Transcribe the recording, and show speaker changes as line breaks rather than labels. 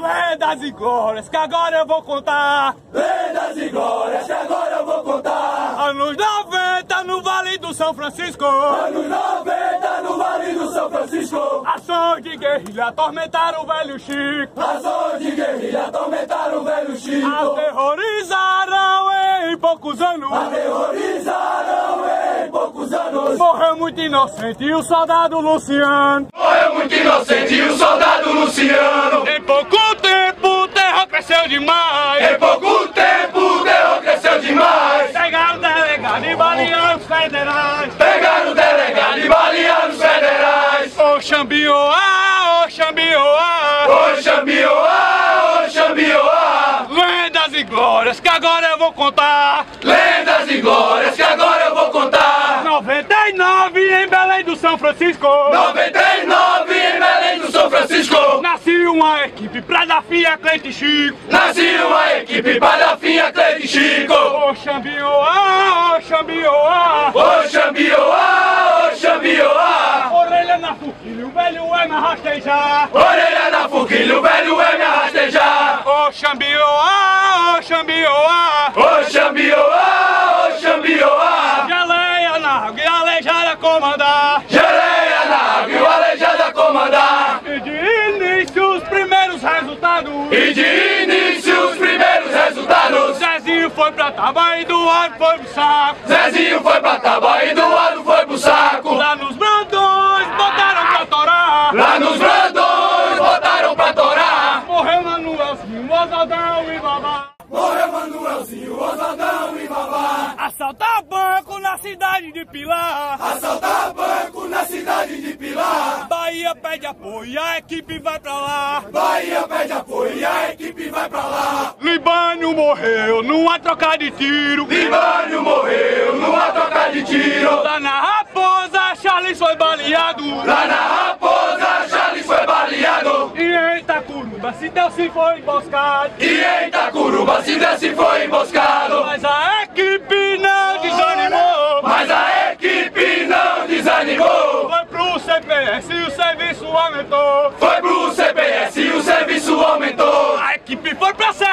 lendas e glórias que agora eu vou contar.
Lendas e glórias que agora eu vou contar.
Anos 90 no Vale do São Francisco.
Anos 90 no Vale do São Francisco.
Ações de guerrilha atormentaram o velho Chico.
Ações de guerrilha atormentaram o velho Chico.
Aterrorizaram em poucos anos.
Aterrorizaram em poucos anos.
Morreu muito inocente e o soldado Luciano.
Morreu muito inocente e o soldado Luciano.
Em pouco tempo, o terror cresceu demais.
Em pouco tempo o terror cresceu demais.
Pegaram o delegado e balearam os federais.
Pegaram o delegado e balearam os federais.
Ô Xambioá, ô Xambioá.
Ô Xambioá, ô Xambioá.
Lendas e glórias que agora eu vou contar.
Lendas e glórias que agora eu vou contar.
99 em Belém do São Francisco.
99 em Belém do São Francisco.
Nasci uma equipe pra desafiar Cleite e Chico.
Nasceu uma equipe Padafinha Cleide Chico.
Ô Xambioá, ô Xambioá.
Ô Xambioá, ô Xambioá.
Orelha na forquilha, o velho é na rastejar.
Orelha na forquilha, o velho é me rastejar.
Ô Xambioá, ô Xambioá.
Ô Xambioá, ô Xambioá.
Geleia na água e aleijada comandar.
Geleia na água e o aleijado a comandar.
E de início os primeiros resultados.
E de início os primeiros resultados.
Zezinho foi pra Taba e Eduardo foi pro saco.
Zezinho foi pra Taba e Eduardo foi pro saco.
Lá nos Brandões botaram pra torar.
Lá nos Brandões botaram pra torar.
Morreu Manuelzinho, Osaldão e Babá.
Morreu Manuelzinho, Osadão e Babá.
Assaltar banco na cidade de Pilar.
Assaltar banco na cidade de Pilar.
Bahia pede apoio, a equipe vai pra lá.
Bahia pede apoio e a equipe vai pra lá.
Libânio morreu numa troca de tiro.
Libânio morreu numa troca de tiro.
Lá na Raposa, Charles foi baleado.
Lá na Raposa, Charles foi baleado.
E em Itacuruba, se Deus se foi emboscado.
E em Itacuruba, se desse foi emboscado.
Mas a equipe não desanimou.
Mas a equipe não desanimou.
Foi pro CPS e o serviço aumentou.
Foi pro CPS e o serviço aumentou.
A equipe foi pra ser